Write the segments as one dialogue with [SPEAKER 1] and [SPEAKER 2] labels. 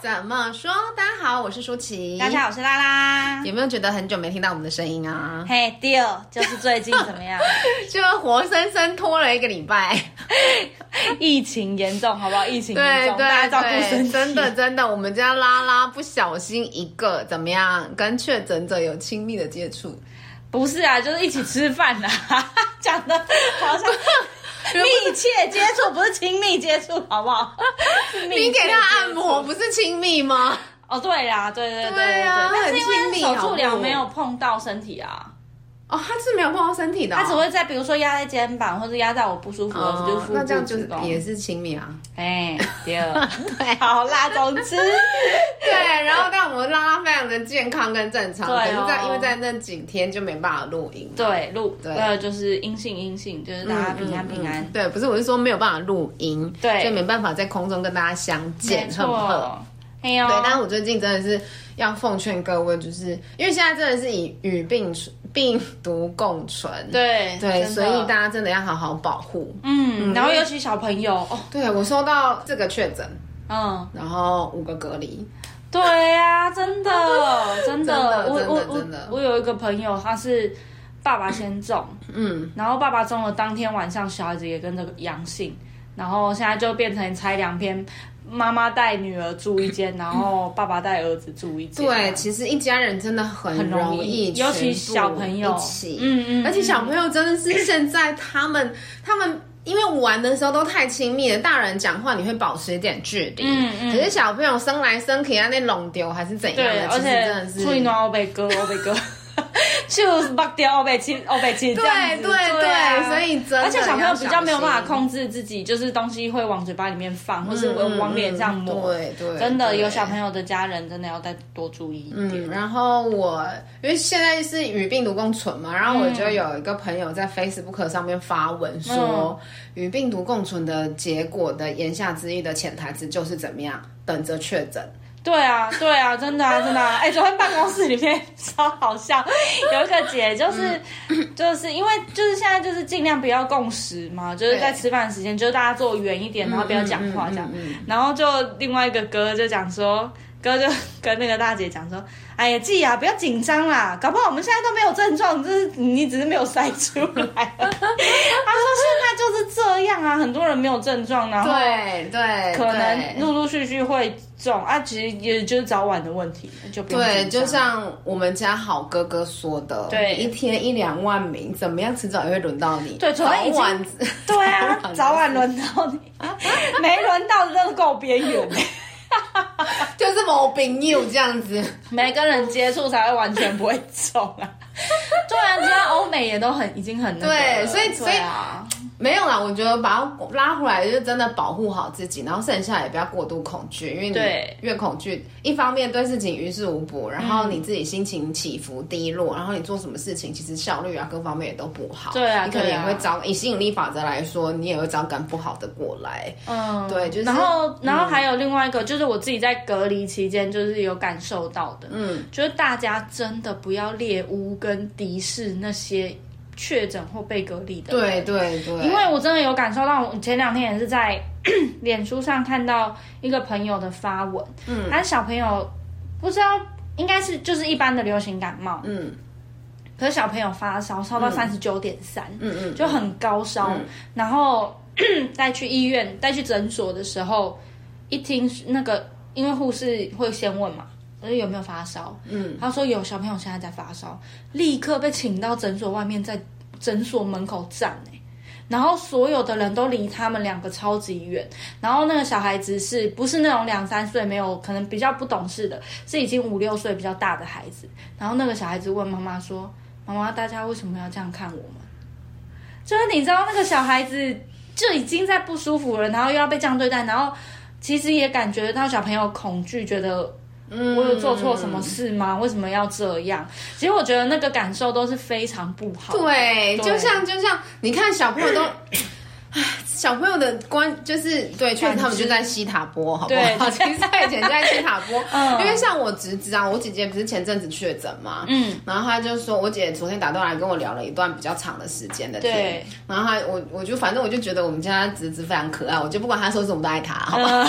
[SPEAKER 1] 想说，大家好，我是舒淇。
[SPEAKER 2] 大家好，我是拉拉。
[SPEAKER 1] 有没有觉得很久没听到我们的声音 啊？
[SPEAKER 2] 嘿、d e a l 就是最近怎么样？
[SPEAKER 1] 就活生生拖了一个礼 拜。
[SPEAKER 2] 疫情严重，好不好？疫情
[SPEAKER 1] 对
[SPEAKER 2] 严重，
[SPEAKER 1] 对
[SPEAKER 2] 大家照顾身
[SPEAKER 1] 对，
[SPEAKER 2] 体。
[SPEAKER 1] 真的真的，我们家拉拉不小心一个怎么样，跟确诊者有亲密的接触，
[SPEAKER 2] 不是啊，就是一起吃饭啦、 讲的 好像密切接触，不是亲密接触，好不好？是密切
[SPEAKER 1] 你给他按摩
[SPEAKER 2] 接触。
[SPEAKER 1] 不是亲密吗？
[SPEAKER 2] 哦，对啦，对对对
[SPEAKER 1] 对啊
[SPEAKER 2] 但是
[SPEAKER 1] 很
[SPEAKER 2] 因
[SPEAKER 1] 亲
[SPEAKER 2] 为
[SPEAKER 1] 密
[SPEAKER 2] 手术
[SPEAKER 1] 好
[SPEAKER 2] 疗
[SPEAKER 1] 不
[SPEAKER 2] 没有碰到身体啊，
[SPEAKER 1] 哦，他是没有碰到身体的哦、
[SPEAKER 2] 他只会在比如说压在肩膀，或者压在我不舒服的，就是
[SPEAKER 1] 哦
[SPEAKER 2] 腹部
[SPEAKER 1] 那这样就
[SPEAKER 2] 子
[SPEAKER 1] 是
[SPEAKER 2] 宫
[SPEAKER 1] 也是亲密啊。
[SPEAKER 2] 哎， 对，好啦，总之，
[SPEAKER 1] 对，然后但我们拉拉非常的健康跟正常，
[SPEAKER 2] 对哦
[SPEAKER 1] 可是在因为在那几天就没办法录音。
[SPEAKER 2] 对录
[SPEAKER 1] 对嗯
[SPEAKER 2] 呃就是阴性阴性，就是大家平安平安，
[SPEAKER 1] 对，不是，我是说没有办法录音，
[SPEAKER 2] 对
[SPEAKER 1] 所以没办法在空中跟大家相见，
[SPEAKER 2] 没
[SPEAKER 1] 很合。
[SPEAKER 2] 错，哎呦，
[SPEAKER 1] 对，但是我最近真的是要奉劝各位，就是因为现在真的是以与病病毒共存，
[SPEAKER 2] 对
[SPEAKER 1] 对，所以大
[SPEAKER 2] 家
[SPEAKER 1] 家真的要好好保护。
[SPEAKER 2] 嗯，然后尤其小朋友哦，
[SPEAKER 1] 对我收到这个确诊，
[SPEAKER 2] 嗯，
[SPEAKER 1] 然后五个隔离，
[SPEAKER 2] 对呀，真的真的，
[SPEAKER 1] 真的
[SPEAKER 2] 我
[SPEAKER 1] 真的
[SPEAKER 2] 我
[SPEAKER 1] 真的
[SPEAKER 2] 我我有一个朋友，他是爸爸先中，
[SPEAKER 1] 嗯，
[SPEAKER 2] 然后爸爸中了，当天晚上小孩子也跟着阳性，然后现在就变成拆两篇。妈妈带女儿住一间，然后爸爸带儿子住一间。
[SPEAKER 1] 对，其实一家人真的很
[SPEAKER 2] 很容易
[SPEAKER 1] 易，
[SPEAKER 2] 尤其小朋友
[SPEAKER 1] 一起，
[SPEAKER 2] 嗯嗯嗯
[SPEAKER 1] 而且小朋友真的是现在他们 他们。因为玩的时候都太亲密了，大人讲话你会保持一点距离，
[SPEAKER 2] 嗯嗯
[SPEAKER 1] 可是小朋友生来生去啊，那弄丢还是怎样
[SPEAKER 2] 对，
[SPEAKER 1] 的，
[SPEAKER 2] 而
[SPEAKER 1] 其实真的
[SPEAKER 2] 且
[SPEAKER 1] 是
[SPEAKER 2] 出去暖我被割，我被 割，就是拔掉我被亲，我被亲这样子。
[SPEAKER 1] 对对
[SPEAKER 2] 啊
[SPEAKER 1] 对所以真的
[SPEAKER 2] 而且小朋友比较没有办
[SPEAKER 1] 要小心
[SPEAKER 2] 法控制自己，就是东西会往嘴巴里面放，或是
[SPEAKER 1] 嗯
[SPEAKER 2] 往往脸上抹。
[SPEAKER 1] 对对，
[SPEAKER 2] 真的
[SPEAKER 1] 对
[SPEAKER 2] 有小朋友的家人，真的要再多注意一
[SPEAKER 1] 嗯，
[SPEAKER 2] 点。
[SPEAKER 1] 然后我因为现在是与病毒共存嘛，然后我就
[SPEAKER 2] 嗯
[SPEAKER 1] 有一个朋友在 Facebook 上面发文说，与病毒共存的结果的言下之意的潜台词就是怎么样，等着确诊。
[SPEAKER 2] 对啊，对啊，真的啊，真的啊！ 哎、昨天办公室里面超好笑，有一个姐就是、
[SPEAKER 1] 嗯
[SPEAKER 2] 就是因为就是现在就是尽量不要共识嘛，就是在
[SPEAKER 1] 对
[SPEAKER 2] 吃饭的时间就是大家坐远一点，然后不要讲话这样。
[SPEAKER 1] 嗯嗯嗯嗯嗯
[SPEAKER 2] 然后就另外一个哥就讲说，哥就跟那个大姐讲说，哎呀，季雅不要紧张啦，搞不好我们现在都没有症状，就是你只是没有筛出来。他说现在就是这样啊，很多人没有症状，然后
[SPEAKER 1] 对对，
[SPEAKER 2] 可
[SPEAKER 1] 对
[SPEAKER 2] 能陆陆续续会中啊，其实也就是早晚的问题，就不用
[SPEAKER 1] 对，
[SPEAKER 2] 紧张
[SPEAKER 1] 就像我们家好哥哥说的，
[SPEAKER 2] 对
[SPEAKER 1] 一天一两万名，怎么样，迟早也会轮到你。
[SPEAKER 2] 对
[SPEAKER 1] 早
[SPEAKER 2] 昨天已经
[SPEAKER 1] 晚，，
[SPEAKER 2] 对啊 早晚轮到你，啊没轮到的真的够边 缘的，
[SPEAKER 1] 就是某病友这样子。
[SPEAKER 2] 没跟人接触才会完全不会中啊。 对啊，现在欧美也都很已经很那个了
[SPEAKER 1] 对所以所以
[SPEAKER 2] 对啊，
[SPEAKER 1] 没有啦，我觉得把它拉回来，就是真的保护好自己，然后剩下也不要过度恐惧，因为
[SPEAKER 2] 对
[SPEAKER 1] 你越恐惧，一方面对事情于事无补，然后你自己心情起伏低落，然后你做什么事情其实效率啊各方面也都不好，
[SPEAKER 2] 对啊
[SPEAKER 1] 你可能
[SPEAKER 2] 对
[SPEAKER 1] 也
[SPEAKER 2] 啊
[SPEAKER 1] 会招，以吸引力法则来说，你也会招感不好的过来，
[SPEAKER 2] 嗯，
[SPEAKER 1] 对就是
[SPEAKER 2] 然后然后还有另外一个，就是我自己在隔离期间，就是有感受到的，嗯，就是大家真的不要猎巫跟敌视那些确诊或被隔离的
[SPEAKER 1] 对
[SPEAKER 2] 人
[SPEAKER 1] 对对，
[SPEAKER 2] 因为我真的有感受到，我前两天也是在 脸书上看到一个朋友的发文，嗯，他小朋友不知道应该是就是一般的流行感冒，
[SPEAKER 1] 嗯
[SPEAKER 2] 可是小朋友发烧，烧到三十九点三，
[SPEAKER 1] 嗯嗯，
[SPEAKER 2] 就很高烧，然后 带去医院、带去诊所的时候，一听那个，因为护士会先问嘛，就是有没有发烧，嗯，他说有，小朋友现在在发烧，立刻被请到诊所外面，在诊所门口站、欸然后所有的人都离他们两个超级远，然后那个小孩子是不是那种两三岁没有可能比较不懂事的，是已经五六岁比较大的孩子。然后那个小孩子问妈妈说：“妈妈，大家为什么要这样看我们？”就是你知道那个小孩子就已经在不舒服了，然后又要被这样对待，然后其实也感觉到小朋友恐惧，觉得我有做错什么事吗？为什么要这样？其实我觉得那个感受都是非常不好的。
[SPEAKER 1] 对，
[SPEAKER 2] 对
[SPEAKER 1] 就像就像你看小朋友 都。唉小朋友的观就是对，确实他们就在西塔波，好不好？
[SPEAKER 2] 对
[SPEAKER 1] 其实他以前就在西塔波，
[SPEAKER 2] 嗯
[SPEAKER 1] 因为像我侄子啊，我姐姐不是前阵子确诊嘛，
[SPEAKER 2] 嗯，
[SPEAKER 1] 然后她就说，我姐昨天打电话来跟我聊了一段比较长的时间的天
[SPEAKER 2] 对，
[SPEAKER 1] 然后她我我就反正我就觉得我们家侄子非常可爱，我就不管他说什么都爱他，好吧？
[SPEAKER 2] 呃，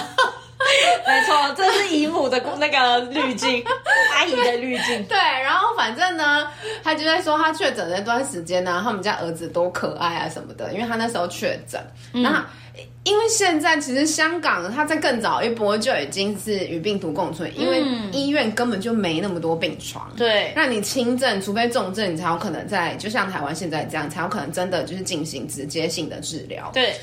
[SPEAKER 2] 没错，这是姨母的那个滤 镜，阿姨的滤镜。
[SPEAKER 1] 对，然后反正呢，他就在说他确诊那段时间呢，他们家儿子多可爱啊什么的，因为他那时候确诊，那、因为现在其实香港它在更早一波就已经是与病毒共存，因为医院根本就没那么多病床。
[SPEAKER 2] 对，
[SPEAKER 1] 那你轻症，除非重症，你才有可能在，就像台湾现在这样，才有可能真的就是进行直接性的治疗。
[SPEAKER 2] 对，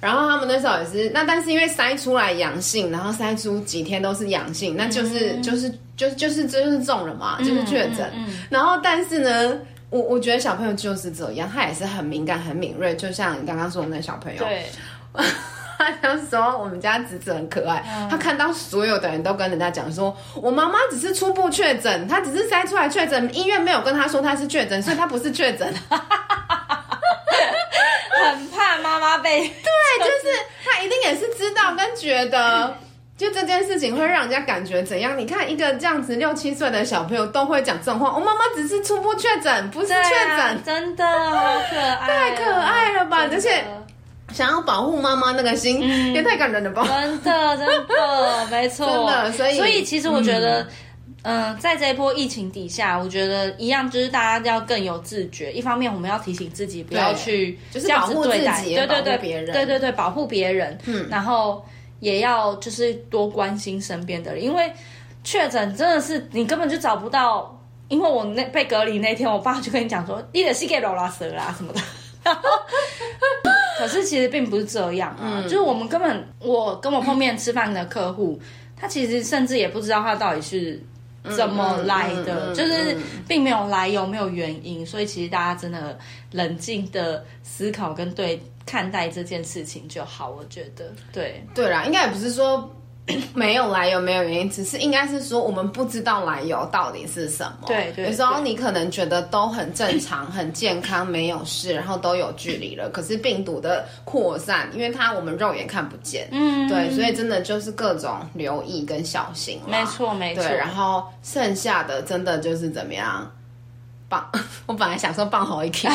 [SPEAKER 1] 然后他们那时候也是，那但是因为筛出来阳性，然后筛出几天都是阳性，那就是、就是就是就是这就是中了嘛，就是确诊。
[SPEAKER 2] 嗯嗯嗯
[SPEAKER 1] 然后但是呢，我我觉得小朋友就是这样，他也是很敏感、很敏锐，就像你刚刚说的那小朋友，
[SPEAKER 2] 对，
[SPEAKER 1] 他那时候我们家侄子很可爱，
[SPEAKER 2] 嗯
[SPEAKER 1] 他看到所有的人都跟人家讲说，我妈妈只是初步确诊，她只是筛出来确诊，医院没有跟她说她是确诊，所以她不是确诊。
[SPEAKER 2] 很怕妈妈被
[SPEAKER 1] 对，就是他一定也是知道跟觉得。就这件事情会让人家感觉怎样？你看一个这样子六七岁的小朋友都会讲这种话，我妈妈只是初步确诊，不是确诊，
[SPEAKER 2] 啊真的好可爱，啊
[SPEAKER 1] 太可爱了吧
[SPEAKER 2] 真的
[SPEAKER 1] 而且想要保护妈妈那个心、也太感人了吧？
[SPEAKER 2] 真的，真的，没错，
[SPEAKER 1] 真的所以
[SPEAKER 2] 其实我觉得，嗯、在这一波疫情底下，我觉得一样就是大家要更有自觉。一方面，我们要提醒自己不要去
[SPEAKER 1] 就是
[SPEAKER 2] 这样子
[SPEAKER 1] 保护
[SPEAKER 2] 对
[SPEAKER 1] 自
[SPEAKER 2] 待，
[SPEAKER 1] 己也
[SPEAKER 2] 对对
[SPEAKER 1] 保
[SPEAKER 2] 对，
[SPEAKER 1] 护别人
[SPEAKER 2] 对对对，保护别人，嗯，然后也要就是多关心身边的人，因为确诊真的是你根本就找不到。因为我那被隔离那天，我爸就跟你讲说，你的膝盖揉拉折啦什么的，可是其实并不是这样啊，就是我们根本我跟我碰面吃饭的客户，他其实甚至也不知道他到底是怎么来
[SPEAKER 1] 嗯嗯
[SPEAKER 2] 的，
[SPEAKER 1] 嗯
[SPEAKER 2] 就是并没有来由，没有原因，所以其实大家真的冷静的思考跟对看待这件事情就好，我觉得对
[SPEAKER 1] 对啦，应该也不是说没有来由、没有原因，只是应该是说我们不知道来由到底是什么。
[SPEAKER 2] 对对
[SPEAKER 1] 有时候你可能觉得都很正常、很健康，没有事，然后都有距离了，可是病毒的扩散，因为它我们肉眼看不见，嗯，对，所以真的就是各种留意跟小心啦。
[SPEAKER 2] 没错没错
[SPEAKER 1] 对，然后剩下的真的就是怎么样。棒！ 我本来想说棒好一 点，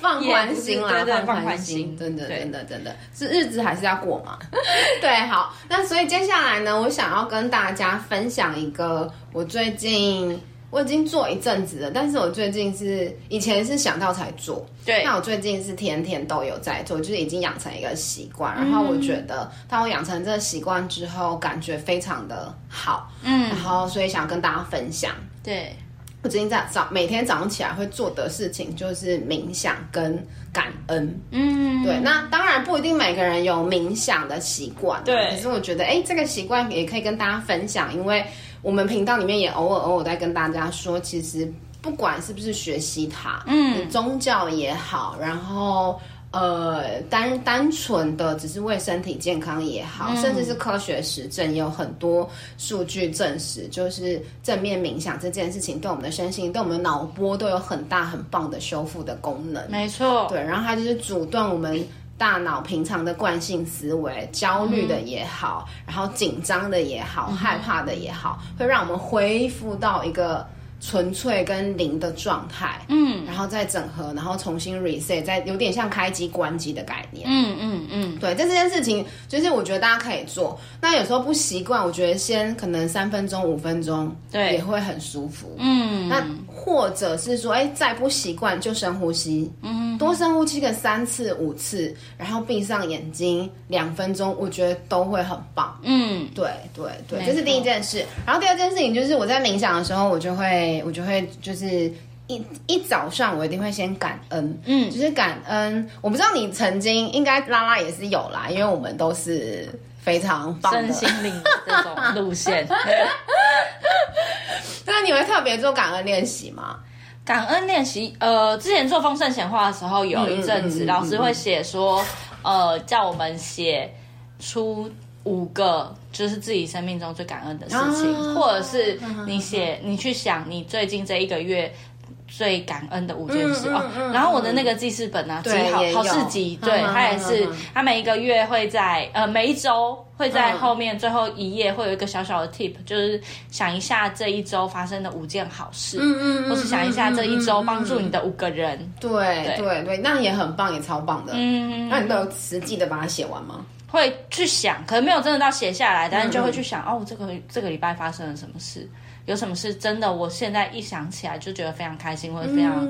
[SPEAKER 1] 放宽心
[SPEAKER 2] 也
[SPEAKER 1] 啦，
[SPEAKER 2] 不是对对
[SPEAKER 1] 放
[SPEAKER 2] 放宽
[SPEAKER 1] 宽
[SPEAKER 2] 心
[SPEAKER 1] 心，真的
[SPEAKER 2] 对
[SPEAKER 1] 真的真的是日子还是要过嘛。 对，好，那所以接下来呢，我想要跟大家分享一个我最近我已经做一阵子了，但是我最近是以前是想到才做，
[SPEAKER 2] 对
[SPEAKER 1] 那我最近是天天都有在做，就是已经养成一个习惯。然后我觉得，当我养成这个习惯之后，感觉非常的好，嗯，然后所以想跟大家分享。
[SPEAKER 2] 对，
[SPEAKER 1] 我最近在早每天早上起来会做的事情就是冥想跟感恩。
[SPEAKER 2] 嗯，
[SPEAKER 1] 对，那当然不一定每个人有冥想的习惯啊，
[SPEAKER 2] 对
[SPEAKER 1] 可是我觉得，哎、这个习惯也可以跟大家分享，因为我们频道里面也偶尔偶尔在跟大家说，其实不管是不是学习它，嗯，宗教也好，然后。呃，单单纯的只是为身体健康也好，
[SPEAKER 2] 嗯
[SPEAKER 1] 甚至是科学实证也有很多数据证实，就是正面冥想这件事情对我们的身心、对我们的脑波都有很大很棒的修复的功能。
[SPEAKER 2] 没错，
[SPEAKER 1] 对，然后它就是阻断我们大脑平常的惯性思维，焦虑的也好，然后紧张的也好，害怕的也好，会让我们恢复到一个纯粹跟零的状态，嗯，然后再整合，然后重新 reset，再有点像开机关机的概念。
[SPEAKER 2] 嗯嗯嗯，
[SPEAKER 1] 对，但这件事情就是我觉得大家可以做。那有时候不习惯，我觉得先可能三分钟、五分钟，
[SPEAKER 2] 对
[SPEAKER 1] 也会很舒服。
[SPEAKER 2] 嗯，
[SPEAKER 1] 那或者是说，哎、再不习惯就深呼吸，嗯，多深呼吸个三次五次，然后闭上眼睛两分钟，我觉得都会很棒。
[SPEAKER 2] 嗯
[SPEAKER 1] 对对对，
[SPEAKER 2] 没
[SPEAKER 1] 这是第一
[SPEAKER 2] 错
[SPEAKER 1] 件事。然后第二件事情就是我在冥想的时候，我就会我就会就是。一一早上我一定会先感恩，嗯，就是感恩。我不知道你曾经应该拉拉也是有啦，因为我们都是非常棒的
[SPEAKER 2] 身心灵的这种路线。
[SPEAKER 1] 那你会特别做感恩练习吗？
[SPEAKER 2] 感恩练习，呃，之前做丰盛显化的时候，有一阵
[SPEAKER 1] 嗯
[SPEAKER 2] 子
[SPEAKER 1] 嗯嗯
[SPEAKER 2] 老师会写说，呃，叫我们写出五个就是自己生命中最感恩的事情，
[SPEAKER 1] 啊
[SPEAKER 2] 或者是你写，你去想你最近这一个月。最感恩的五件事、
[SPEAKER 1] 嗯嗯
[SPEAKER 2] 哦，
[SPEAKER 1] 嗯
[SPEAKER 2] 然后我的那个记事本啊，记
[SPEAKER 1] 对
[SPEAKER 2] 好
[SPEAKER 1] 也
[SPEAKER 2] 好
[SPEAKER 1] 有
[SPEAKER 2] 事集，
[SPEAKER 1] 嗯
[SPEAKER 2] 对，
[SPEAKER 1] 嗯
[SPEAKER 2] 它也
[SPEAKER 1] 嗯
[SPEAKER 2] 是
[SPEAKER 1] 嗯嗯，
[SPEAKER 2] 它每一个月会在呃每一周会在
[SPEAKER 1] 嗯
[SPEAKER 2] 后面最后一页会有一个小小的 tip，就是想一下这一周发生的五件好事，
[SPEAKER 1] 嗯嗯，
[SPEAKER 2] 或是想一下这一
[SPEAKER 1] 嗯
[SPEAKER 2] 周帮助你的五个人，
[SPEAKER 1] 对对对，那也很棒，也超棒的。
[SPEAKER 2] 嗯，
[SPEAKER 1] 那你都有实际的把它写完吗？
[SPEAKER 2] 会去想，可能没有真的到写下
[SPEAKER 1] 嗯
[SPEAKER 2] 来，但是就会去想，哦，这个这个礼拜发生了什么事，有什么事真的，我现在一想起来就觉得非常开心，或者非常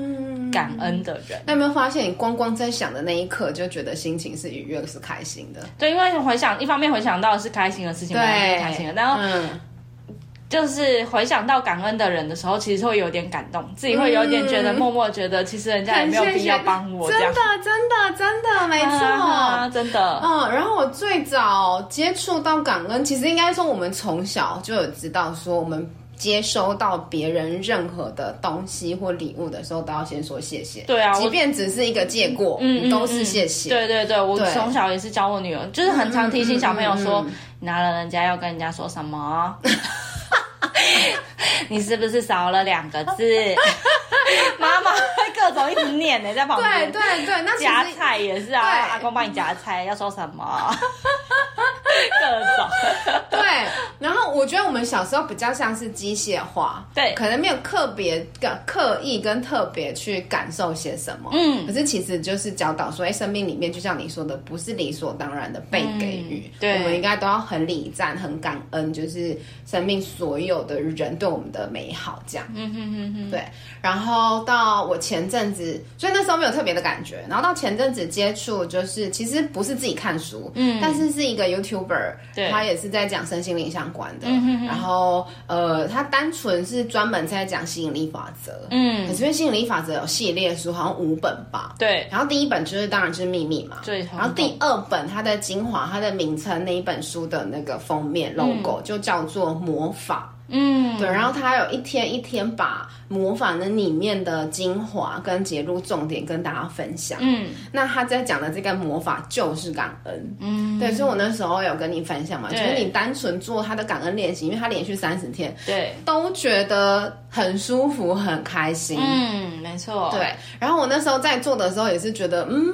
[SPEAKER 2] 感恩的人。
[SPEAKER 1] 那有没有发现，你光光在想的那一刻，就觉得心情是愉悦、是开心的？
[SPEAKER 2] 对，因为回想，一方面回想到的是开心的事情，本来就是开心的，然后
[SPEAKER 1] 嗯，
[SPEAKER 2] 就是回想到感恩的人的时候，其实会有点感动，自己会有点
[SPEAKER 1] 嗯
[SPEAKER 2] 觉得，默默觉得其实人家也没有必要帮我这
[SPEAKER 1] 真
[SPEAKER 2] 样。
[SPEAKER 1] 的，真的，真的，没错。
[SPEAKER 2] 啊 真的，
[SPEAKER 1] 嗯，然后我最早接触到感恩，其实应该说我们从小就有知道说，我们接收到别人任何的东西或礼物的时候，都要先说谢谢。
[SPEAKER 2] 对啊我
[SPEAKER 1] 即便只是一个借过，
[SPEAKER 2] 嗯，嗯
[SPEAKER 1] 你都是
[SPEAKER 2] 嗯
[SPEAKER 1] 谢谢。
[SPEAKER 2] 对对对，我
[SPEAKER 1] 对嗯
[SPEAKER 2] 从小也是教我女儿，就是很常提醒小朋友说，你拿了人家要跟人家说什么。 你是不是少了两个字？ 妈妈会各种一直念呢、在旁
[SPEAKER 1] 对
[SPEAKER 2] 边。
[SPEAKER 1] 对对，那其
[SPEAKER 2] 夹
[SPEAKER 1] 实
[SPEAKER 2] 菜也是啊，
[SPEAKER 1] 对
[SPEAKER 2] 阿公帮你夹菜，要说什么？ 各种。
[SPEAKER 1] 对。然后我觉得我们小时候比较像是机械化，
[SPEAKER 2] 对
[SPEAKER 1] 可能没有特别的刻意跟特别去感受些什么。
[SPEAKER 2] 嗯
[SPEAKER 1] 可是其实就是教导说，哎、生命里面就像你说的，不是理所当然的被给予，
[SPEAKER 2] 嗯对
[SPEAKER 1] 我们应该都要很礼赞、很感恩，就是生命所有的人对我们的美好这样。
[SPEAKER 2] 嗯哼哼哼，
[SPEAKER 1] 对，然后到我前阵子，所以那时候没有特别的感觉。然后到前阵子接触，就是其实不是自己看书，嗯，但是是一个 YouTuber，
[SPEAKER 2] 对
[SPEAKER 1] 他也是在讲身心灵相关的。
[SPEAKER 2] 嗯哼哼
[SPEAKER 1] 然后呃，他单纯是专门在讲吸引力法则，可
[SPEAKER 2] 嗯，
[SPEAKER 1] 是因为吸引力法则有系列书，好像五本吧，
[SPEAKER 2] 对，
[SPEAKER 1] 然后第一本就是当然就是秘密嘛，
[SPEAKER 2] 最红
[SPEAKER 1] 然后第二本它的精华，它的名称那一本书的那个封面 logo、就叫做魔法。
[SPEAKER 2] 嗯，
[SPEAKER 1] 对，然后他有一天一天把模仿的里面的精华跟节录重点跟大家分享。
[SPEAKER 2] 嗯，
[SPEAKER 1] 那他在讲的这个魔法就是感恩，嗯，对，所以我那时候有跟你分享嘛，就
[SPEAKER 2] 对
[SPEAKER 1] 是你单纯做他的感恩练习，因为他连续三十天
[SPEAKER 2] 对，
[SPEAKER 1] 都觉得很舒服、很开心，
[SPEAKER 2] 嗯，没错，
[SPEAKER 1] 对，然后我那时候在做的时候也是觉得，嗯，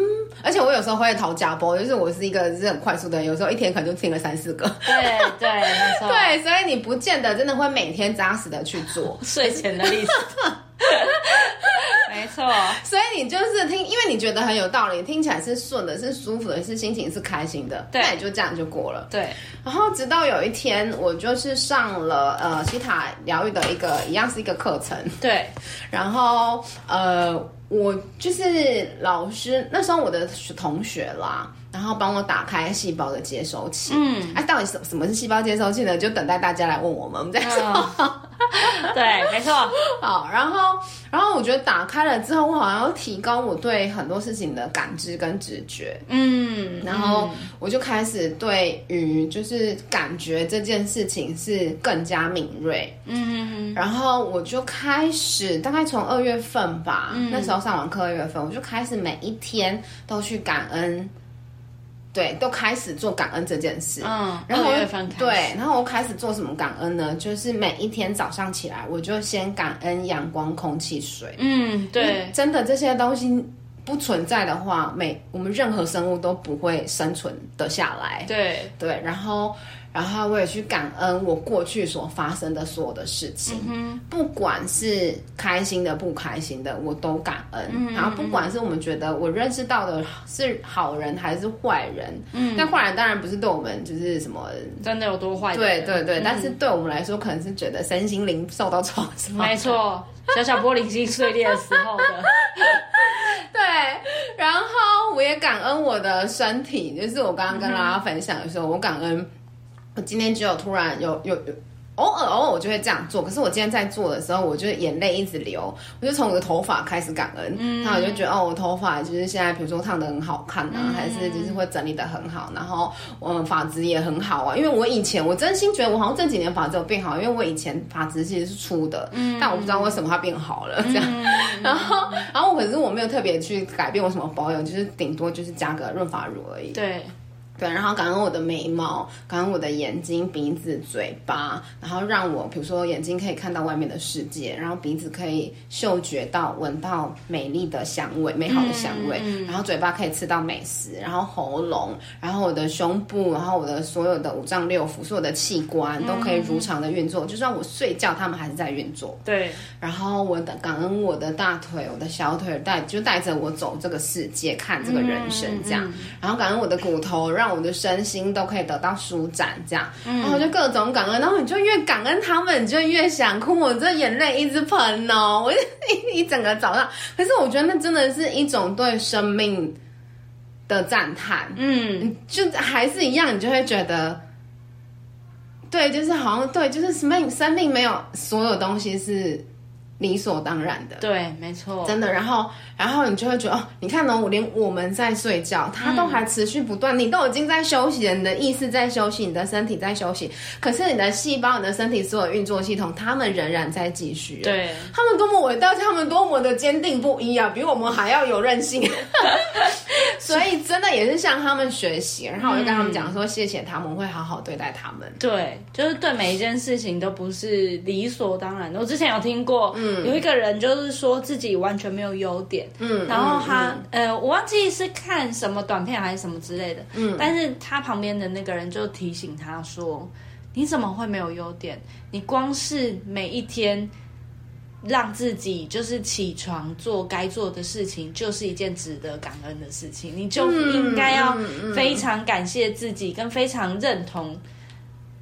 [SPEAKER 1] 而且我有时候会逃假播，就是我是一个是很快速的人，有时候一天可能就听了三四个。
[SPEAKER 2] 对对，没错，
[SPEAKER 1] 对，所以你不见得真的会每天扎实的去 做，
[SPEAKER 2] 睡前的历史，没错，
[SPEAKER 1] 所以你就是听，因为你觉得很有道理，听起来是顺的，是舒服的，是心情是开心的，
[SPEAKER 2] 对
[SPEAKER 1] 那你就这样就过了。
[SPEAKER 2] 对，
[SPEAKER 1] 然后直到有一天，我就是上了呃西塔疗愈的一个一样是一个课程，
[SPEAKER 2] 对，
[SPEAKER 1] 然后呃，我就是老师那时候我的同学啦，然后帮我打开细胞的接收器。
[SPEAKER 2] 嗯，
[SPEAKER 1] 哎、到底什什么是细胞接收器呢？就等待大家来问我们，我们再
[SPEAKER 2] 嗯
[SPEAKER 1] 说。
[SPEAKER 2] 对，没错，
[SPEAKER 1] 好，然后，然后我觉得打开了之后，我好像提高我对很多事情的感知跟直觉，
[SPEAKER 2] 嗯，
[SPEAKER 1] 然后我就开始对于就是感觉这件事情是更加敏锐。
[SPEAKER 2] 嗯，嗯嗯
[SPEAKER 1] 然后我就开始，大概从二月份吧，
[SPEAKER 2] 嗯
[SPEAKER 1] 那时候上完课二月份，我就开始每一天都去感恩，对，都开始做感恩这件事。
[SPEAKER 2] 嗯，
[SPEAKER 1] 然后我
[SPEAKER 2] 二月份开始
[SPEAKER 1] 对，然后我开始做什么感恩呢？就是每一天早上起来，我就先感恩阳光、空气、水。
[SPEAKER 2] 嗯，对，
[SPEAKER 1] 真的这些东西不存在的话，每我们任何生物都不会生存的下来。
[SPEAKER 2] 对，
[SPEAKER 1] 对，然后，然后我也去感恩我过去所发生的所有的事情，不管是开心的、不开心的，我都感恩。然后，不管是我们觉得我认识到的是好人还是坏人，嗯，但坏人当然不是对我们就是什么，
[SPEAKER 2] 真的有多坏？
[SPEAKER 1] 对，对对，但是对我们来说，可能是觉得身心灵受到创伤，
[SPEAKER 2] 没错，小小玻璃心碎裂的时候的，
[SPEAKER 1] 对，然后我也感恩我的身体，就是我刚刚跟大家分享的时候，我感恩我今天只有突然有有有。偶尔偶尔我就会这样做，可是我今天在做的时候，我就眼泪一直流，我就从我的头发开始感恩，然后我就觉得哦，我头发就是现在比如说烫的很好看啊，还是就是会整理的很好，然后嗯发质也很好啊，因为我以前我真心觉得我好像这几年发质有变好，因为我以前发质其实是粗的，但我不知道为什么它变好了，这样。 然后，然后我可是我没有特别去改变我什么保养，就是顶多就是加个润发乳而已。
[SPEAKER 2] 对，
[SPEAKER 1] 对，然后感恩我的眉毛，感恩我的眼睛、鼻子、嘴巴，然后让我比如说眼睛可以看到外面的世界，然后鼻子可以嗅觉到、闻到美丽的香味、美好的香味，然后嘴巴可以吃到美食，然后喉咙，然后我的胸部，然后我的所有的五脏六腑、所有的器官都可以如常的运作，就算我睡觉，他们还是在运作。
[SPEAKER 2] 对，
[SPEAKER 1] 然后我的感恩我的大腿、我的小腿带就带着我走这个世界，看这个人生这样。然后感恩我的骨头，让让我的身心都可以得到舒展，这样，然后我就各种感恩，然后你就越感恩他们，你就越想哭，我这眼泪一直喷哦，我 一一整个早上，可是我觉得那真的是一种对生命的赞叹，
[SPEAKER 2] 嗯，
[SPEAKER 1] 就还是一样，你就会觉得，对，就是好像对，就是生命生命没有所有东西是理所当然的，
[SPEAKER 2] 对，没错，
[SPEAKER 1] 真的。然后，然后你就会觉得，哦，你看呢、我连我们在睡觉，它都还持续不断，你都已经在休息了，你的意识在休息，你的身体在休息，可是你的细胞、你的身体所有运作系统，它们仍然在继续。
[SPEAKER 2] 对，
[SPEAKER 1] 他们多么伟大，他们多么的坚定不移啊，比我们还要有韧 性。所以真的也是向他们学习，然后我就跟他们讲说，谢谢他们，我会好好对待他们。
[SPEAKER 2] 对，就是对每一件事情都不是理所当然的。我之前有听过，嗯，有一个人就是说自己完全没有优点，嗯，然后他，呃，我忘记是看什么短片还是什么之类的，嗯，但是他旁边的那个人就提醒他说，你怎么会没有优点？你光是每一天。让自己就是起床做该做的事情，就是一件值得感恩的事情。你就应该要
[SPEAKER 1] 嗯嗯
[SPEAKER 2] 非常感谢自己，跟非常认同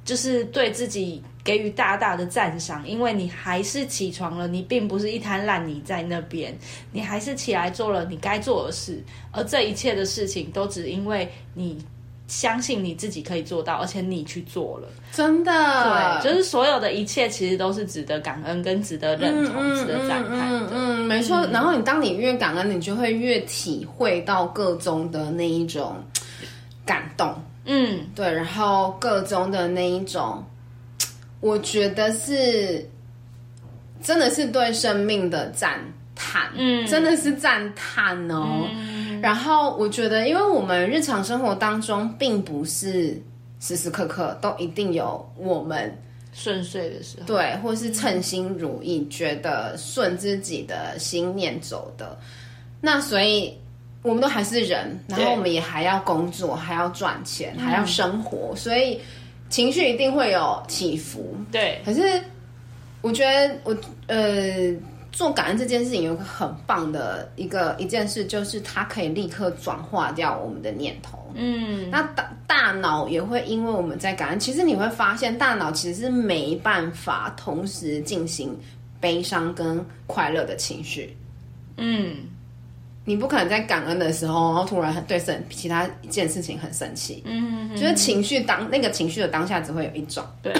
[SPEAKER 2] 就是对自己给予大大的赞赏，因为你还是起床了，你并不是一滩烂泥在那边，你还是起来做了你该做的事，而这一切的事情都只因为你相信你自己可以做到，而且你去做了。
[SPEAKER 1] 真的，
[SPEAKER 2] 对，就是所有的一切其实都是值得感恩、跟值得认同、值得赞叹
[SPEAKER 1] 嗯
[SPEAKER 2] 的。
[SPEAKER 1] 嗯，没错。然后你当你越感恩，你就会越体会到各中的那一种感动，
[SPEAKER 2] 嗯，
[SPEAKER 1] 对，然后各中的那一种，我觉得是真的是对生命的赞叹，
[SPEAKER 2] 嗯
[SPEAKER 1] 真的是赞叹哦。然后我觉得，因为我们日常生活当中，并不是时时刻刻都一定有我们
[SPEAKER 2] 顺遂的时候，
[SPEAKER 1] 对，或是称心如意，觉得顺自己的心念走的。那所以我们都还是人，然后
[SPEAKER 2] 对嗯
[SPEAKER 1] 我们也还要工作，还要赚钱，还要生活，所以情绪一定会有起伏。
[SPEAKER 2] 对，
[SPEAKER 1] 可是我觉得我呃。做感恩这件事情有一个很棒的一个一件事，就是它可以立刻转化掉我们的念头。
[SPEAKER 2] 嗯，
[SPEAKER 1] 那大大脑也会因为我们在感恩，其实你会发现，大脑其实是没办法同时进行悲伤跟快乐的情绪。
[SPEAKER 2] 嗯，
[SPEAKER 1] 你不可能在感恩的时候，然后突然很对生其他一件事情很生气，
[SPEAKER 2] 嗯，
[SPEAKER 1] 就是情绪当那个情绪的当下只会有一种，
[SPEAKER 2] 对，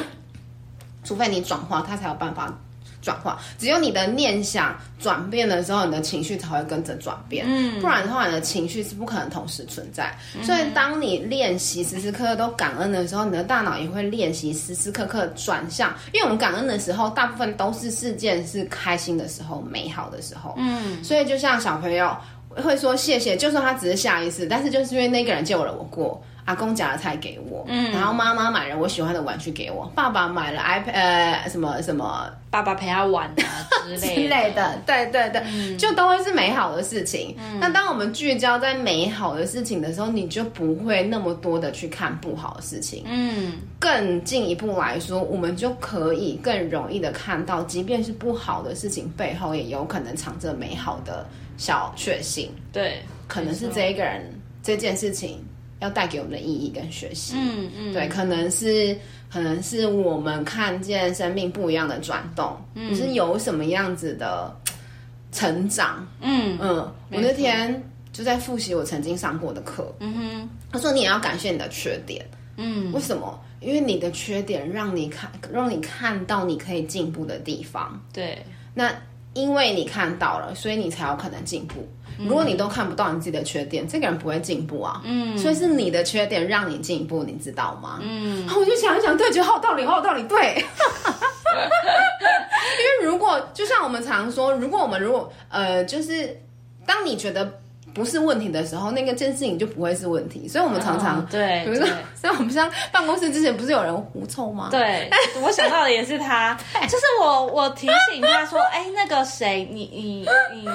[SPEAKER 1] 除非你转化，它才有办法转化。只有你的念想转变的时候，你的情绪才会跟着转变。
[SPEAKER 2] 嗯，
[SPEAKER 1] 不然的话，你的情绪是不可能同时存在。所以，当你练习时时刻刻都感恩的时候，你的大脑也会练习时时刻刻转向。因为我们感恩的时候，大部分都是事件是开心的时候、美好的时候。嗯，所以就像小朋友会说谢谢，就算他只是下意识，但是就是因为那个人救了我过。阿公夹了菜给我，嗯，然后妈妈买了我喜欢的玩具给我，爸爸买了 iPad 呃什么什么
[SPEAKER 2] 爸爸陪他玩啊之类
[SPEAKER 1] 之类的，对对对，就都会是美好的事情。那当我们聚焦在美好的事情的时候，你就不会那么多的去看不好的事情。
[SPEAKER 2] 嗯，
[SPEAKER 1] 更进一步来说，我们就可以更容易的看到，即便是不好的事情背后，也有可能藏着美好的小确幸，
[SPEAKER 2] 对，
[SPEAKER 1] 可能是
[SPEAKER 2] 没错，
[SPEAKER 1] 这一个人这件事情要带给我们的意义跟学习。
[SPEAKER 2] 嗯嗯，
[SPEAKER 1] 对，可能是可能是我们看见生命不一样的转动，
[SPEAKER 2] 嗯
[SPEAKER 1] 就是有什么样子的成长。
[SPEAKER 2] 嗯
[SPEAKER 1] 嗯，我
[SPEAKER 2] 没
[SPEAKER 1] 那
[SPEAKER 2] 错
[SPEAKER 1] 天就在复习我曾经上过的课，
[SPEAKER 2] 嗯哼，
[SPEAKER 1] 他说你也要感谢你的缺点，
[SPEAKER 2] 嗯
[SPEAKER 1] 为什么？因为你的缺点让你看让你看到你可以进步的地方，
[SPEAKER 2] 嗯对，
[SPEAKER 1] 那因为你看到了，所以你才有可能进步。
[SPEAKER 2] 嗯
[SPEAKER 1] 如果你都看不到你自己的缺点，这个人不会进步啊。嗯，所以是你的缺点让你进步，你知道吗？嗯，我就想一想，对，觉得好有道理，好有道理，对。 因为如果就像我们常说，如果我们如果呃，就是当你觉得不是问题的时候，那个件事情就不会是问题。所以我们常常，
[SPEAKER 2] 哦对
[SPEAKER 1] 比如说
[SPEAKER 2] 对，
[SPEAKER 1] 所以我们像办公室之前不是有人狐臭吗？
[SPEAKER 2] 对，我想到的也是他，就是我我提醒他说，哎、那个谁，你你你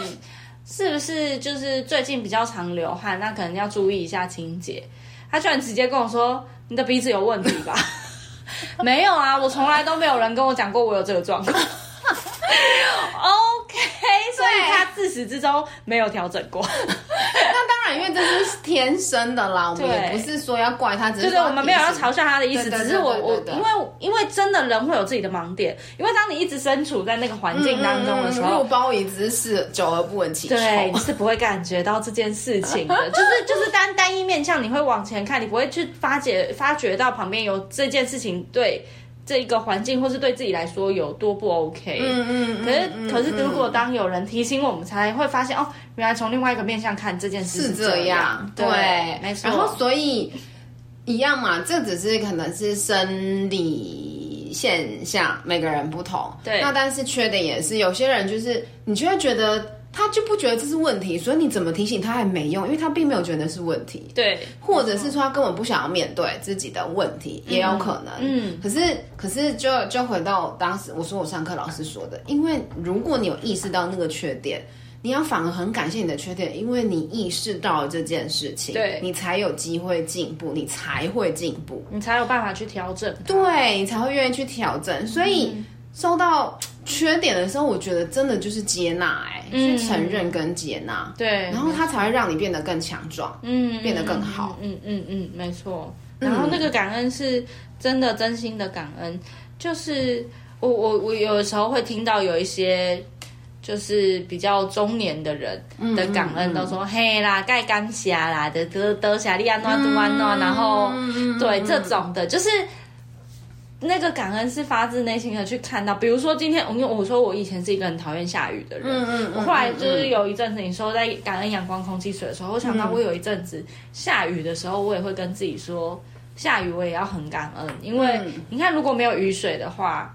[SPEAKER 2] 是不是就是最近比较常流汗，那可能要注意一下清洁。他居然直接跟我说，你的鼻子有问题吧？ 没有啊，我从来都没有人跟我讲过我有这个状况。OK，所以他自始至终没有调整过。
[SPEAKER 1] 那当然，因为这是天生的啦，我们也不是说要怪他，只是
[SPEAKER 2] 对对，
[SPEAKER 1] 说
[SPEAKER 2] 我们没有
[SPEAKER 1] 提
[SPEAKER 2] 要
[SPEAKER 1] 醒
[SPEAKER 2] 嘲笑他的意思，
[SPEAKER 1] 对对
[SPEAKER 2] 只
[SPEAKER 1] 对
[SPEAKER 2] 是我
[SPEAKER 1] 对对
[SPEAKER 2] 我
[SPEAKER 1] 对
[SPEAKER 2] 因为因为真的人会有自己的盲点，因为当你一直身处在那个环境当中的时
[SPEAKER 1] 嗯
[SPEAKER 2] 候，
[SPEAKER 1] 入包椅只是久而不闻其臭。
[SPEAKER 2] 对，你是不会感觉到这件事情的，就是就是单单一面向，你会往前看，你不会去发觉发觉到旁边有这件事情对这一个环境或是对自己来说有多不 OK。嗯
[SPEAKER 1] 嗯嗯
[SPEAKER 2] 可是，可是，如果当有人提醒我们，才会发现哦，原来从另外一个面向看这件事
[SPEAKER 1] 是
[SPEAKER 2] 这
[SPEAKER 1] 这样，
[SPEAKER 2] 对，没错。
[SPEAKER 1] 然后所以一样嘛，这只是可能是生理现象，每个人不同。
[SPEAKER 2] 对
[SPEAKER 1] 那但是缺点也是，有些人就是你就会觉得。他就不觉得这是问题，所以你怎么提醒他还没用，因为他并没有觉得是问题。
[SPEAKER 2] 对，
[SPEAKER 1] 或者是说他根本不想要面对自己的问题，也有可能。
[SPEAKER 2] 嗯
[SPEAKER 1] 可是可是就就回到我当时我说我上课老师说的，因为如果你有意识到那个缺点，你要反而很感谢你的缺点，因为你意识到了这件事情，
[SPEAKER 2] 对
[SPEAKER 1] 你才有机会进步，你才会进步，
[SPEAKER 2] 你才有办法去调整它。
[SPEAKER 1] 对你才会愿意去调整。所以、
[SPEAKER 2] 嗯
[SPEAKER 1] 收到缺点的时候，我觉得真的就是接纳、哎、
[SPEAKER 2] 嗯
[SPEAKER 1] 去承认跟接纳，
[SPEAKER 2] 对，
[SPEAKER 1] 然后它才会让你变得更强壮。
[SPEAKER 2] 嗯，
[SPEAKER 1] 变得更好
[SPEAKER 2] 嗯。嗯嗯嗯，没错。然后那个感恩是真的真心的感恩，就是我我我有的时候会听到有一些就是比较中年的人
[SPEAKER 1] 嗯
[SPEAKER 2] 的感恩，都说、嘿啦，盖感谢啦，得得得谢利安诺杜
[SPEAKER 1] 嗯
[SPEAKER 2] 安诺，然后、对这种的，就是。那个感恩是发自内心的去看到，比如说今天，我因为我说我以前是一个很讨厌下雨的人，
[SPEAKER 1] 嗯嗯
[SPEAKER 2] 我后来就是有一阵子，你说在感恩阳光、空气、水的时候，我想到我有一阵子下雨的时候，我也会跟自己说，下雨我也要很感恩，因为
[SPEAKER 1] 嗯
[SPEAKER 2] 你看如果没有雨水的话，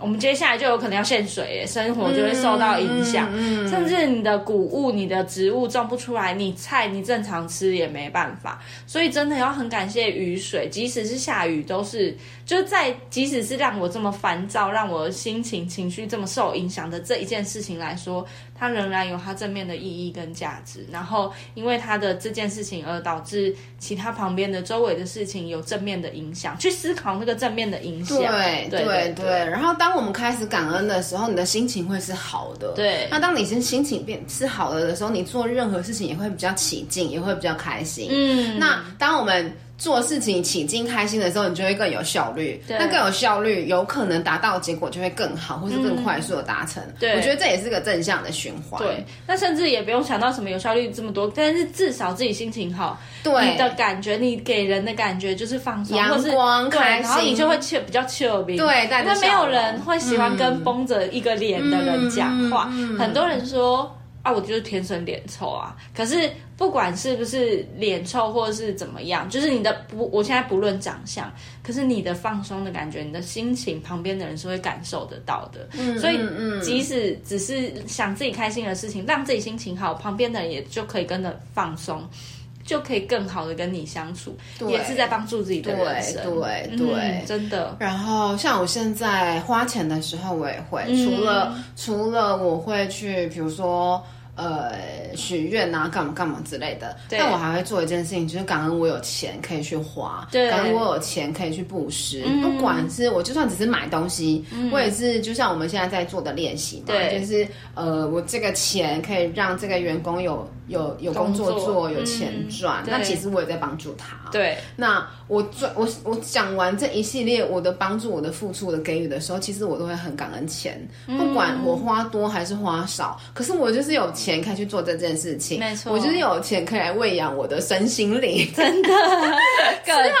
[SPEAKER 2] 我们接下来就有可能要限水耶，生活就会受到影响，
[SPEAKER 1] 嗯
[SPEAKER 2] 甚至你的谷物、你的植物种不出来，你菜你正常吃也没办法，所以真的要很感谢雨水，即使是下雨都是就是在即使是让我这么烦躁、让我心情情绪这么受影响的这一件事情来说，它仍然有它正面的意义跟价值。然后因为它的这件事情而导致其他旁边的周围的事情有正面的影响，去思考那个正面的影响。
[SPEAKER 1] 对
[SPEAKER 2] 对
[SPEAKER 1] 对
[SPEAKER 2] 对
[SPEAKER 1] 然后当我们开始感恩的时候，你的心情会是好的。
[SPEAKER 2] 对
[SPEAKER 1] 那当你心心情变是好的的时候，你做任何事情也会比较起劲，也会比较开心。
[SPEAKER 2] 嗯，
[SPEAKER 1] 那当我们做事情起劲开心的时候，你就会更有效率。
[SPEAKER 2] 对
[SPEAKER 1] 那更有效率，有可能达到的结果就会更好，或是更快速的达成。
[SPEAKER 2] 嗯对
[SPEAKER 1] 我觉得这也是个正向的循环。
[SPEAKER 2] 对，那甚至也不用想到什么有效率这么多，但是至少自己心情好，
[SPEAKER 1] 对，
[SPEAKER 2] 你的感觉，你给人的感觉就是放松，
[SPEAKER 1] 阳
[SPEAKER 2] 或是
[SPEAKER 1] 光
[SPEAKER 2] 对，
[SPEAKER 1] 开
[SPEAKER 2] 然后你
[SPEAKER 1] 心
[SPEAKER 2] 就会 chill 比较 chill 比
[SPEAKER 1] 对带
[SPEAKER 2] 因
[SPEAKER 1] 着
[SPEAKER 2] 为没有
[SPEAKER 1] 笑容嗯
[SPEAKER 2] 人会喜欢跟绷着一个脸的人讲话，
[SPEAKER 1] 嗯嗯嗯嗯
[SPEAKER 2] 很多人说。啊，我就是天生脸臭啊！可是不管是不是脸臭，或者是怎么样，就是你的不，我现在不论长相，可是你的放松的感觉，你的心情，旁边的人是会感受得到的。所以
[SPEAKER 1] 嗯嗯
[SPEAKER 2] 即使只是想自己开心的事情，让自己心情好，旁边的人也就可以跟着放松，就可以更好的跟你相处，
[SPEAKER 1] 对
[SPEAKER 2] 也是在帮助自己的人生。
[SPEAKER 1] 对对
[SPEAKER 2] 嗯
[SPEAKER 1] 对
[SPEAKER 2] 真的，
[SPEAKER 1] 然后像我现在花钱的时候，我也会、
[SPEAKER 2] 嗯
[SPEAKER 1] 除了除了我会去，比如说。呃，许愿啊，干嘛干嘛之类的。
[SPEAKER 2] 对
[SPEAKER 1] 但我还会做一件事情，就是感恩我有钱可以去花，
[SPEAKER 2] 对
[SPEAKER 1] 感恩我有钱可以去布施。
[SPEAKER 2] 嗯
[SPEAKER 1] 不管是我就算只是买东西，我也是就像我们现在在做的练习嘛，
[SPEAKER 2] 对
[SPEAKER 1] 就是呃，我这个钱可以让这个员工有有有工作
[SPEAKER 2] 工
[SPEAKER 1] 做，
[SPEAKER 2] 作
[SPEAKER 1] 有
[SPEAKER 2] 嗯
[SPEAKER 1] 钱赚。那
[SPEAKER 2] 对
[SPEAKER 1] 其实我也在帮助他。
[SPEAKER 2] 对，
[SPEAKER 1] 那我最我我讲完这一系列我的帮助、我的付出、我的给予的时候，其实我都会很感恩钱，
[SPEAKER 2] 嗯
[SPEAKER 1] 不管我花多还是花少，可是我就是有钱可以去做这件事情，
[SPEAKER 2] 没错
[SPEAKER 1] 我就是有钱可以来喂养我的身心灵，
[SPEAKER 2] 吃
[SPEAKER 1] 吃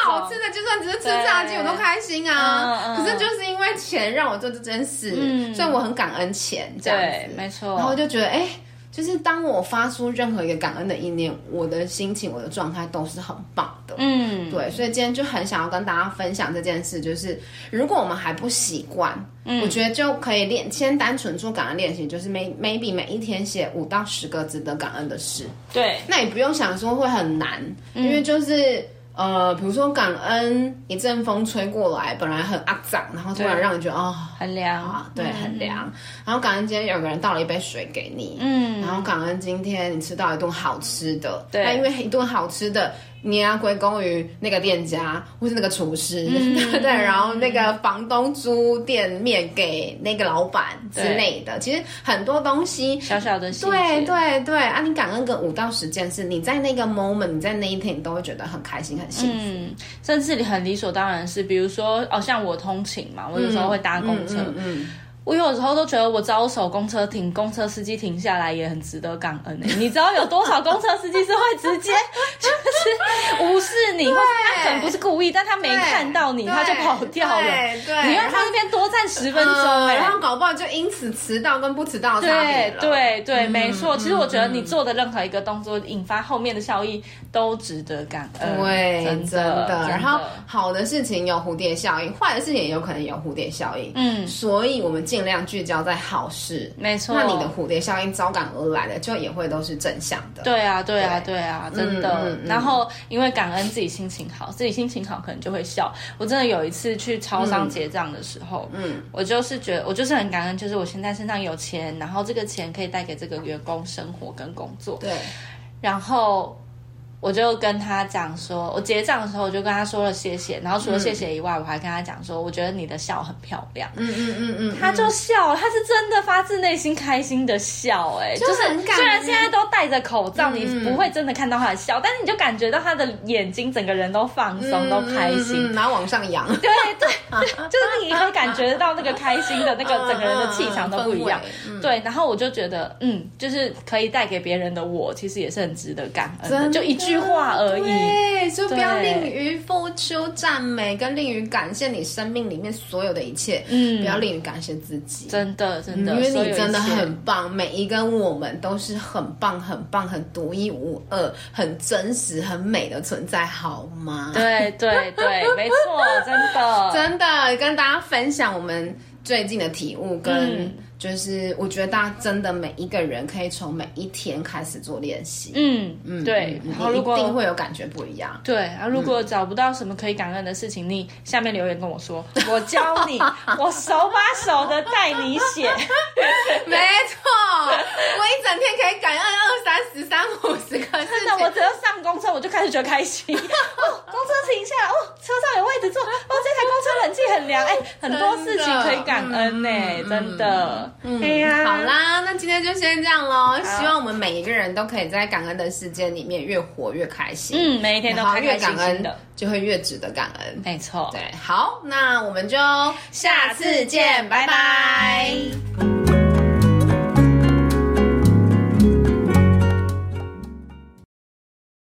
[SPEAKER 1] 好吃的就算只是吃炸鸡
[SPEAKER 2] 对
[SPEAKER 1] 我都开心啊，
[SPEAKER 2] 嗯嗯
[SPEAKER 1] 可是就是因为钱让我做这件事，
[SPEAKER 2] 嗯
[SPEAKER 1] 所以我很感恩钱，这样
[SPEAKER 2] 对
[SPEAKER 1] 子，，
[SPEAKER 2] 没错。
[SPEAKER 1] 然后就觉得哎。就是当我发出任何一个感恩的意念，我的心情、我的状态都是很棒的。
[SPEAKER 2] 嗯，
[SPEAKER 1] 对，所以今天就很想要跟大家分享这件事，就是如果我们还不习惯，
[SPEAKER 2] 嗯
[SPEAKER 1] 我觉得就可以练，先单纯做感恩练习，就是 may, maybe 每一天写五到十个值得感恩的事，
[SPEAKER 2] 对，
[SPEAKER 1] 那也不用想说会很难，
[SPEAKER 2] 嗯
[SPEAKER 1] 因为就是。呃，比如说感恩一阵风吹过来，本来很肮脏，然后突然
[SPEAKER 2] 对嗯
[SPEAKER 1] 让你觉得哦，
[SPEAKER 2] 很凉
[SPEAKER 1] 啊，，对，很凉。然后感恩今天有个人倒了一杯水给你，
[SPEAKER 2] 嗯。嗯，
[SPEAKER 1] 然后感恩今天你吃到一顿好吃的，
[SPEAKER 2] 对
[SPEAKER 1] 那因为一顿好吃的，你也要归功于那个店家或是那个厨师，
[SPEAKER 2] 嗯
[SPEAKER 1] 对对，然后那个房东租店面给那个老板之类
[SPEAKER 2] 嗯
[SPEAKER 1] 的。其实很多东西，
[SPEAKER 2] 小小的细节，
[SPEAKER 1] 对对对啊，你感恩个五到十件事，你在那个 moment，你在那一天，你都会觉得很开心、很幸福。
[SPEAKER 2] 嗯，甚至你很理所当然是，比如说哦，像我通勤嘛，我有时候会搭公车，
[SPEAKER 1] 嗯嗯
[SPEAKER 2] 我有时候都觉得我招手公车停，公车司机停下来也很值得感恩诶、你知道有多少公车司机是会直接就是无视你，或者他可能不是故意，但他没看到你，
[SPEAKER 1] 对
[SPEAKER 2] 他就跑掉了。
[SPEAKER 1] 对对
[SPEAKER 2] 你要
[SPEAKER 1] 然后
[SPEAKER 2] 他那边多站十分
[SPEAKER 1] 嗯
[SPEAKER 2] 钟欸诶、
[SPEAKER 1] 然后搞不好就因此迟到跟不迟到的差别
[SPEAKER 2] 对
[SPEAKER 1] 了。
[SPEAKER 2] 对对，
[SPEAKER 1] 嗯
[SPEAKER 2] 没错。其实我觉得你做的任何一个动作，引发后面的效益都值得感恩。
[SPEAKER 1] 对，
[SPEAKER 2] 真
[SPEAKER 1] 真的
[SPEAKER 2] 真的
[SPEAKER 1] 然后好的事情有蝴蝶效应，坏的事情也有可能有蝴蝶效应。
[SPEAKER 2] 嗯
[SPEAKER 1] 所以我们尽量聚焦在好事。
[SPEAKER 2] 没错，
[SPEAKER 1] 那你的蝴蝶效应招感而来的，就也会都是正向的。
[SPEAKER 2] 对啊，对啊，
[SPEAKER 1] 对
[SPEAKER 2] 对啊，真的。
[SPEAKER 1] 嗯嗯
[SPEAKER 2] 然后因为感恩自己心情好，自己心情好可能就会笑。我真的有一次去超商结账的时候，嗯，我就是觉得我就是很感恩，就是我现在身上有钱，然后这个钱可以带给这个员工生活跟工作。
[SPEAKER 1] 对，
[SPEAKER 2] 然后我就跟他讲说，我结账的时候我就跟他说了谢谢，然后除了谢谢以外，我还跟他讲说，我觉得你的笑很漂亮。
[SPEAKER 1] 嗯嗯嗯嗯，
[SPEAKER 2] 他就笑，他是真的发自内心开心的笑、哎，
[SPEAKER 1] 就
[SPEAKER 2] 就是
[SPEAKER 1] 很感人
[SPEAKER 2] 虽然现在都戴着口罩，
[SPEAKER 1] 嗯
[SPEAKER 2] 你不会真的看到他的笑，但是你就感觉到他的眼睛整个人都放松，都开心。
[SPEAKER 1] 嗯嗯嗯然后往上扬。
[SPEAKER 2] 对对，就是你会感觉到那个开心的 那个
[SPEAKER 1] 嗯
[SPEAKER 2] 整个人的气场都不一样
[SPEAKER 1] 氛围。
[SPEAKER 2] 对，然后我就觉得，嗯，就是可以带给别人的我，其实也是很值得感恩
[SPEAKER 1] 真
[SPEAKER 2] 的，
[SPEAKER 1] 的
[SPEAKER 2] 就一句话而已。
[SPEAKER 1] 对，嗯就不要
[SPEAKER 2] 对
[SPEAKER 1] 吝于付出赞美，跟吝于感谢你生命里面所有的一切，
[SPEAKER 2] 嗯
[SPEAKER 1] 不要吝于感谢自己。
[SPEAKER 2] 真的，真
[SPEAKER 1] 因
[SPEAKER 2] 的，
[SPEAKER 1] 为
[SPEAKER 2] 所有
[SPEAKER 1] 你
[SPEAKER 2] 一
[SPEAKER 1] 真的
[SPEAKER 2] 切
[SPEAKER 1] 很棒，每一个我们都是很棒、很棒、很独一无二、很真实、很美的存在，好吗？
[SPEAKER 2] 对对对，没错，真的，
[SPEAKER 1] 真的跟大家分享我们最近的体悟，跟
[SPEAKER 2] 嗯
[SPEAKER 1] 就是我觉得大家真的每一个人可以从每一天开始做练习。
[SPEAKER 2] 嗯嗯，对。
[SPEAKER 1] 嗯
[SPEAKER 2] 然后
[SPEAKER 1] 你
[SPEAKER 2] 如
[SPEAKER 1] 一
[SPEAKER 2] 果
[SPEAKER 1] 定会有感觉不一样。
[SPEAKER 2] 对，然、后如果找不到什么可以感恩的事情，你下面留言跟我说，我教 你，我手把手的带你 写。
[SPEAKER 1] 哎没错，我一整天可以感恩二三十三五十个事
[SPEAKER 2] 真的，我
[SPEAKER 1] 情。
[SPEAKER 2] 只要上公车我就开始觉得开 心。哦，公车停下来，哦，车上有位置坐，哦，这台公车冷气很凉，哎、很多事情可以感恩呢、真的。哎呀、
[SPEAKER 1] 嗯好，啦，那今天就先这样喽。希望我们每一个人都可以在感恩的世界里面越活越开心，
[SPEAKER 2] 嗯，每一天都
[SPEAKER 1] 然后
[SPEAKER 2] 开
[SPEAKER 1] 越
[SPEAKER 2] 开心
[SPEAKER 1] 感
[SPEAKER 2] 心
[SPEAKER 1] 恩
[SPEAKER 2] 的，
[SPEAKER 1] 就会越值得感恩。
[SPEAKER 2] 没错。
[SPEAKER 1] 对，好，那我们就
[SPEAKER 2] 下次见，拜拜